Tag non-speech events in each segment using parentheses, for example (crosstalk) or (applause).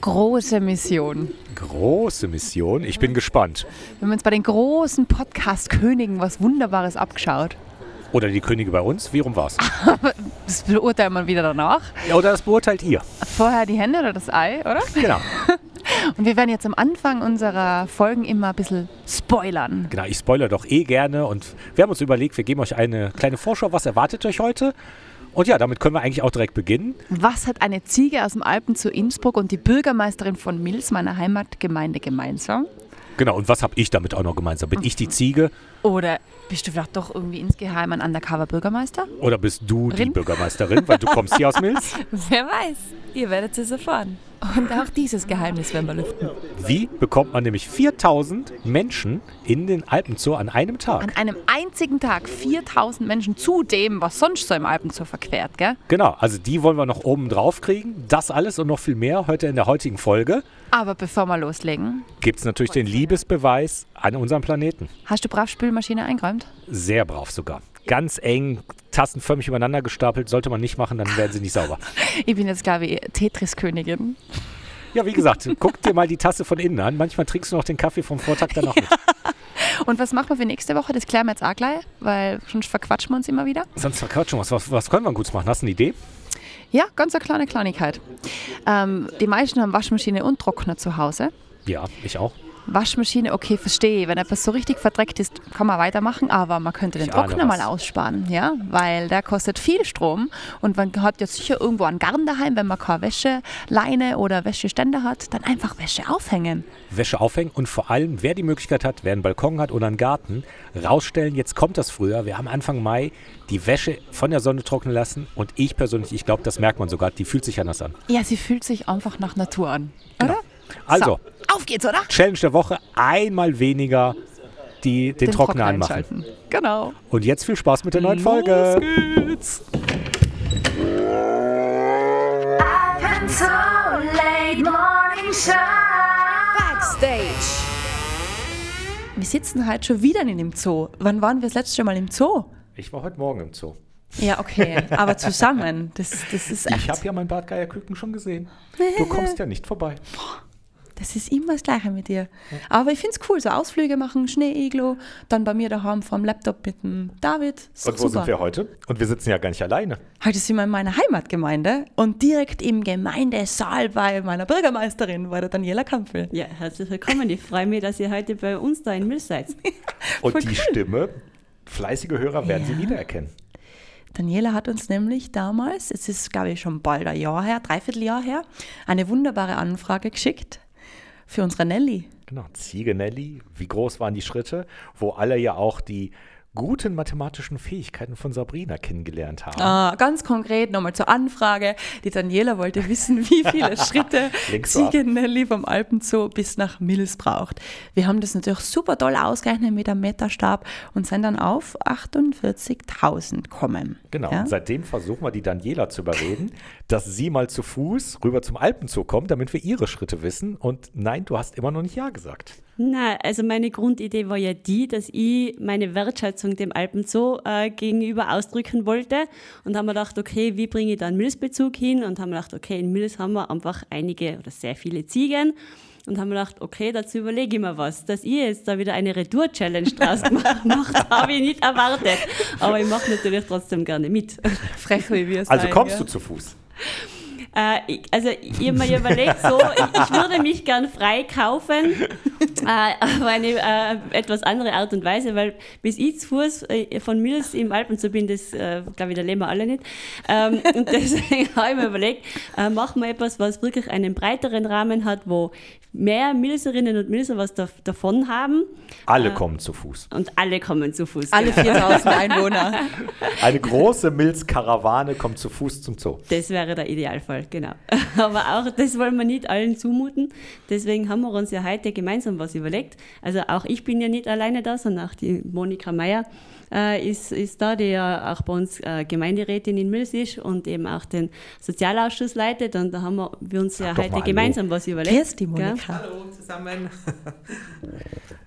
Große Mission. Große Mission. Ich bin gespannt. Wir haben uns bei den großen Podcast-Königen was Wunderbares abgeschaut. Oder die Könige bei uns. Wie rum war's? Das beurteilt man wieder danach. Ja, Oder das beurteilt ihr. Vorher die Hände oder das Ei, oder? Genau. Und wir werden jetzt am Anfang unserer Folgen immer ein bisschen spoilern. Genau, ich spoilere doch eh gerne. Und wir haben uns überlegt, wir geben euch eine kleine Vorschau. Was erwartet euch heute? Und ja, damit können wir eigentlich auch direkt beginnen. Was hat eine Ziege aus dem Alpen zu Innsbruck und die Bürgermeisterin von Mills, meiner Heimatgemeinde, gemeinsam? Genau, und was habe ich damit auch noch gemeinsam? Bin ich die Ziege Oder bist du vielleicht doch irgendwie insgeheim ein Undercover-Bürgermeister? oder bist du die Rin? Bürgermeisterin? Weil du kommst hier aus Milz. Wer weiß, ihr werdet es erfahren. Und auch dieses Geheimnis werden wir lüften. Wie bekommt man nämlich 4000 Menschen in den Alpenzoo an einem Tag? An einem einzigen Tag 4000 Menschen zu dem, was sonst so im Alpenzoo verquert, gell? Genau, also die wollen wir noch oben drauf kriegen. Das alles und noch viel mehr heute in der heutigen Folge Aber bevor wir loslegen, gibt es natürlich den Liebesbeweis an unserem Planeten. hast du brav Spülmaschine eingeräumt? Sehr brav sogar. Ganz eng, tastenförmig übereinander gestapelt. Sollte man nicht machen, dann werden sie nicht sauber. (laughs) Ich bin jetzt, glaube ich, Tetris-Königin. Ja, wie gesagt, guck dir mal die Tasse von innen an. Manchmal trinkst du noch den Kaffee vom Vortag danach mit. Und was machen wir für nächste Woche? Das klären wir jetzt auch gleich, weil sonst verquatschen wir uns immer wieder. Sonst verquatschen wir was. was. Was können wir gut machen? Hast du eine Idee? Ja, ganz eine kleine Kleinigkeit. Ähm, die meisten haben Waschmaschine und Trockner zu Hause. Ja, ich auch. Waschmaschine, okay, verstehe. Wenn etwas so richtig verdreckt ist, kann man weitermachen, aber man könnte den Ich ahne Trockner was. mal aussparen, ja, weil der kostet viel Strom und man hat ja sicher irgendwo einen Garn daheim, wenn man keine Wäscheleine oder Wäscheständer hat, dann einfach Wäsche aufhängen. Wäsche aufhängen und vor allem, wer die Möglichkeit hat, wer einen Balkon hat oder einen Garten, rausstellen. Jetzt kommt das früher. Wir haben Anfang Mai die Wäsche von der Sonne trocknen lassen und ich persönlich, ich glaube, das merkt man sogar, die fühlt sich anders an. Ja, sie fühlt sich einfach nach Natur an, oder? Also, So, auf geht's, oder? Challenge der Woche, einmal weniger die, den, Trockner, anmachen. einschalten. Genau. Und jetzt viel Spaß mit der neuen Folge. Geht's. So late morning show. Wir sitzen halt schon wieder in dem Zoo. Wann waren wir das letzte Mal im Zoo? Ich war heute Morgen im Zoo. Ja, okay, aber zusammen. Das, das ist echt. Ich habe ja mein Bartgeierküken schon gesehen. (laughs) Du kommst ja nicht vorbei. Das ist immer das Gleiche mit dir. Aber ich finde es cool, so Ausflüge machen, Schneeiglo, dann bei mir daheim vom Laptop mit dem David. Ist doch Und wo super. sind wir heute? Und wir sitzen ja gar nicht alleine. Heute sind wir in meiner Heimatgemeinde und direkt im Gemeindesaal bei meiner Bürgermeisterin, bei der Daniela Kampel. Ja, herzlich willkommen. Ich freue mich, dass ihr heute bei uns da in Milch seid. Und Voll die cool. Stimme, fleißige Hörer werden sie wiedererkennen. Daniela hat uns nämlich damals, es ist glaube ich schon bald ein Jahr her, dreiviertel Jahr her, eine wunderbare Anfrage geschickt für unsere Nelly. Genau, Ziege Nelly, wie groß waren die Schritte, wo alle ja auch die guten mathematischen Fähigkeiten von Sabrina kennengelernt haben. Ah, ganz konkret nochmal zur Anfrage. Die Daniela (laughs) wollte wissen, wie viele Schritte Links so ab. Ziege Nelly vom Alpenzoo bis nach Mills braucht. Wir haben das natürlich super toll ausgerechnet mit einem Meterstab und sind dann auf 48.000 gekommen. Genau, Ja? und seitdem versuchen wir die Daniela zu überreden, (laughs) dass sie mal zu Fuß rüber zum Alpenzoo kommt, damit wir ihre Schritte wissen. Und nein, du hast immer noch nicht Ja gesagt. Na, also meine Grundidee war ja die, dass ich meine Wertschätzung dem Alpenzoo äh, gegenüber ausdrücken wollte und haben mir gedacht, okay, wie bringe ich da einen Milchbezug hin? Und haben mir gedacht, okay, in Milch haben wir einfach einige oder sehr viele Ziegen. Und haben mir gedacht, okay, dazu überlege ich mir was. Dass ihr jetzt da wieder eine Retour-Challenge draus (laughs) gemacht macht, habe ich nicht erwartet. Aber ich mache natürlich trotzdem gerne mit. Frech wie wir Also kommst du zu Fuß. Äh, ich- also ich habe mir überlegt, so, ich, ich würde mich gern frei kaufen, äh, aber eine äh, etwas andere Art und Weise, weil bis ich zu Fuß äh, von Mills im Alpen zu bin, das äh, glaube ich, da leben wir alle nicht. Ähm, und (laughs) deswegen habe ich mir überlegt, äh, machen wir etwas, was wirklich einen breiteren Rahmen hat, wo mehr Milserinnen und Milser was dav- davon haben Ah. Alle kommen zu Fuß. und alle kommen zu Fuß. Alle (laughs) 4.000 (laughs) Einwohner. (laughs) Eine große Milzkarawane kommt zu Fuß zum Zoo. Das wäre der Idealfall, genau. (laughs) Aber auch das wollen wir nicht allen zumuten. Deswegen haben wir uns ja heute gemeinsam was überlegt. Also auch ich bin ja nicht alleine da, sondern auch die Monika Meier äh, ist, ist da, die ja auch bei uns äh, Gemeinderätin in Mills ist und eben auch den Sozialausschuss leitet. Und da haben wir wir uns ja doch mal heute Hallo. gemeinsam was überlegt. Grüß die gell? Monika. Hallo zusammen. (laughs)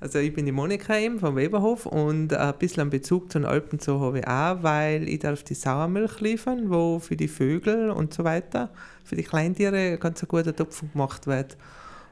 Also ich bin die Monika eben vom Weberhof und ein bisschen einen Bezug zu den Alpen zu habe ich auch, weil ich darf die Sauermilch liefern, wo für die Vögel und so weiter, für die Kleintiere ganz ein guter Topfen gemacht wird.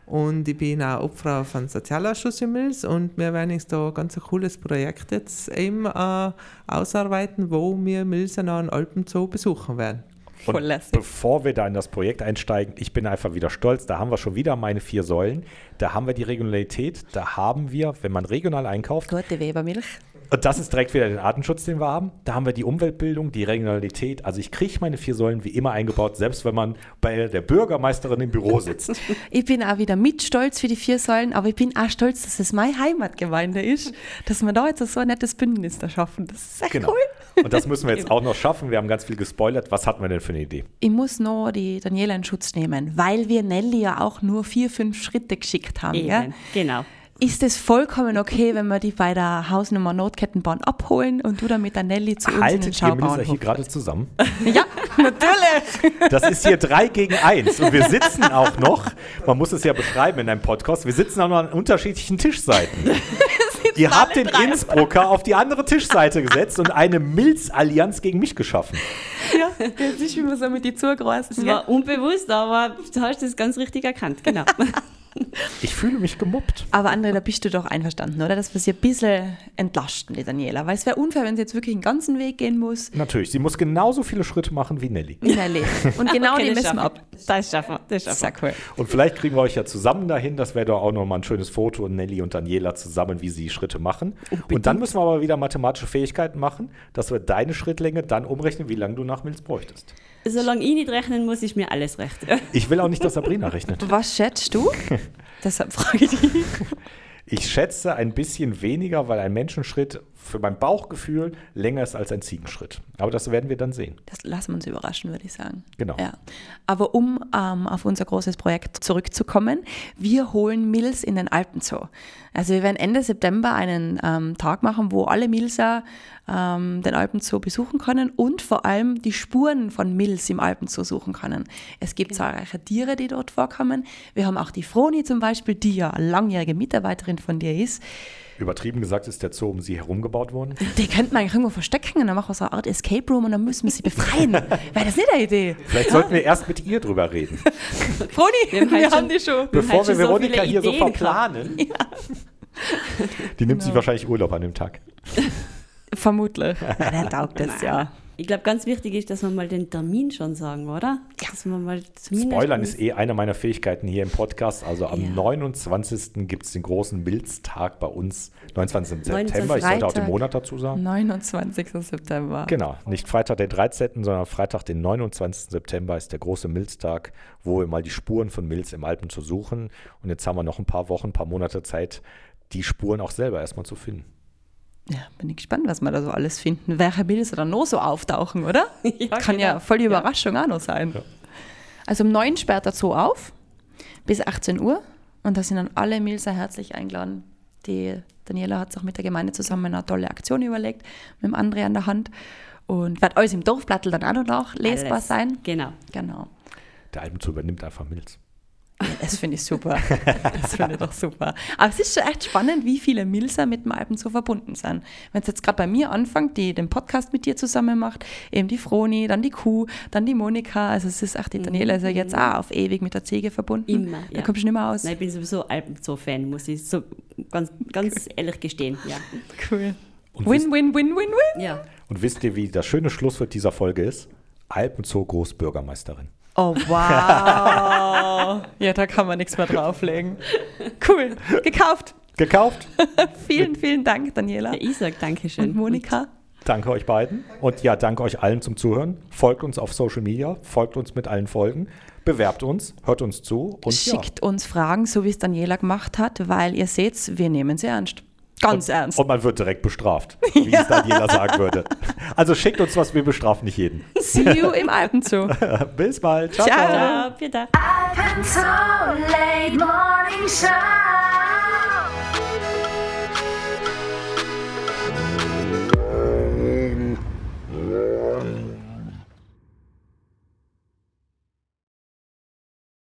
Und ich bin auch Opfer von Sozialausschuss in Mills und wir werden jetzt da ganz ein cooles Projekt jetzt eben äh, ausarbeiten, wo wir Mills an den Alpen Zoo besuchen werden. Voll Und lässig. bevor wir da in das Projekt einsteigen, ich bin einfach wieder stolz. Da haben wir schon wieder meine vier Säulen. Da haben wir die Regionalität. Da haben wir, wenn man regional einkauft, Gute Webermilch. und das ist direkt wieder den Artenschutz, den wir haben, da haben wir die Umweltbildung, die Regionalität. Also ich kriege meine vier Säulen wie immer eingebaut, selbst wenn man bei der Bürgermeisterin im Büro sitzt. (laughs) Ich bin auch wieder mit stolz für die vier Säulen, aber ich bin auch stolz, dass es meine Heimatgemeinde ist, dass wir da jetzt so ein nettes Bündnis da schaffen. Das ist echt Genau. cool. Und das müssen wir jetzt auch noch schaffen. Wir haben ganz viel gespoilert. Was hatten wir denn für eine Idee? Ich muss noch die Daniela in Schutz nehmen, weil wir Nelly ja auch nur vier, fünf Schritte geschickt haben. Ja? Eben, genau. Ist es vollkommen okay, wenn wir die bei der Hausnummer Notkettenbahn abholen und du dann mit der Nelly zu uns in den Haltet ihr Minister hier Schaubauernhof? gerade zusammen? Ja, natürlich. (laughs) Das ist hier drei gegen eins. Und wir sitzen auch noch, man muss es ja beschreiben in einem Podcast, wir sitzen auch noch an (laughs) unterschiedlichen Tischseiten. Ihr habt den Innsbrucker auf die andere Tischseite gesetzt und eine Milz-Allianz gegen mich geschaffen. Ja, jetzt ist immer so mit die Es Zugrosten. war unbewusst, aber du hast es ganz richtig erkannt, genau. Ich fühle mich gemobbt. Aber André, da bist du doch einverstanden, oder? Dass wir sie ein bisschen entlasten, die Daniela. Weil es wäre unfair, wenn sie jetzt wirklich den ganzen Weg gehen muss. Natürlich, sie muss genauso viele Schritte machen wie Nelly. Nelly. Und (laughs) genau Okay, die das müssen schaffen wir ab. wir. Das schaffen wir. Das schaffen Sehr cool. Und vielleicht kriegen wir euch ja zusammen dahin. Das wäre doch auch nochmal ein schönes Foto. Und Nelly und Daniela zusammen, wie sie die Schritte machen. Und dann müssen wir aber wieder mathematische Fähigkeiten machen, dass wir deine Schrittlänge dann umrechnen, wie lange du nach Milz bräuchtest. wir. Solange ich nicht rechnen muss, ist mir alles (laughs) recht. Ich will auch nicht, dass Sabrina rechnet. Was schätzt du? Deshalb frage ich dich. Ich schätze ein bisschen weniger, weil ein Menschenschritt für mein Bauchgefühl länger ist als ein Ziegenschritt. Aber das werden wir dann sehen. Das lassen wir uns überraschen, würde ich sagen. Genau. Ja. Aber um ähm, auf unser großes Projekt zurückzukommen, wir holen Mills in den Alpen Zoo. Also wir werden Ende September einen ähm, Tag machen, wo alle Milser ähm, den Alpen Zoo besuchen können und vor allem die Spuren von Mills im Alpen Zoo suchen können. Es gibt zahlreiche Tiere, die dort vorkommen. Wir haben auch die Froni zum Beispiel, die ja eine langjährige Mitarbeiterin von dir ist. Übertrieben gesagt ist der Zoo um sie herum gebaut worden. Die könnten wir eigentlich irgendwo verstecken und dann machen wir so eine Art Escape Room und dann müssen wir sie befreien. Wäre das nicht eine Idee? Vielleicht sollten wir erst mit ihr drüber reden, Froni, wir, halt haben die schon. bevor schon wir so Veronika viele hier so Ideen gehabt. verplanen. Die nimmt sich wahrscheinlich Urlaub an dem Tag. (laughs) Vermutlich. Nein, der taugt das ja. Ich glaube, ganz wichtig ist, dass wir mal den Termin schon sagen, oder? Ja. Dass wir mal zumindest Spoilern ist eh eine meiner Fähigkeiten hier im Podcast. Also am 29. gibt es den großen Milztag bei uns. 29. September. Ich sollte auch den Freitag. Monat dazu Mhm. sagen. 29. September. Genau, nicht Freitag den 13., sondern Freitag den 29. September ist der große Milztag, wo wir mal die Spuren von Milz im Alpen zu suchen. Und jetzt haben wir noch ein paar Wochen, ein paar Monate Zeit, die Spuren auch selber erstmal zu finden. Ja, bin ich gespannt, was wir da so alles finden. Welche Bilder so dann noch so auftauchen, oder? Kann (laughs) ja voll die Überraschung auch noch sein. Also um 9 sperrt der Zoo auf bis 18 Uhr und da sind dann alle Milser herzlich eingeladen. Die Daniela hat sich mit der Gemeinde zusammen eine tolle Aktion überlegt, mit dem André an der Hand und wird alles im Dorfblattel dann auch noch nachlesbar alles. sein. Genau. Genau. Der Alpenzoo übernimmt einfach Milz. Das finde ich super. Das finde ich doch super. Aber es ist schon echt spannend, wie viele Milser mit dem Alpenzoo verbunden sind. Wenn es jetzt gerade bei mir anfängt, die den Podcast mit dir zusammen macht, eben die Froni, dann die Kuh, dann die Monika. Also es ist, ach, die Daniela ist ja jetzt auch auf ewig mit der Ziege verbunden. Mhm. Immer, Da ja. kommst du nicht mehr aus. Nein, ich bin sowieso Alpenzoo-Fan, muss ich so ganz, ganz ehrlich gestehen. Ja. Cool. Und Win, win, win, win, win. ja. Und wisst ihr, wie das schöne Schlusswort dieser Folge ist? Alpenzoo Großbürgermeisterin. Oh, wow. ja, da kann man nichts mehr (laughs) drauflegen. Cool. Gekauft. (laughs) Gekauft. Vielen, vielen Dank, Daniela Ich sag Dankeschön. und Monika. Danke euch beiden. Und ja, danke euch allen zum Zuhören. Folgt uns auf Social Media, folgt uns mit allen Folgen, bewerbt uns, hört uns zu und ja. Schickt uns Fragen, so wie es Daniela gemacht hat, weil ihr seht, wir nehmen sie ernst. Ganz ernst. Und man wird direkt (laughs) bestraft, wie es Daniela sagen würde. Also schickt uns was, wir bestrafen (laughs) nicht jeden. See you im Alpenzoo. Bis bald. Ciao. ciao. Ciao. Ciao, vielen Dank. Up until late morning sun.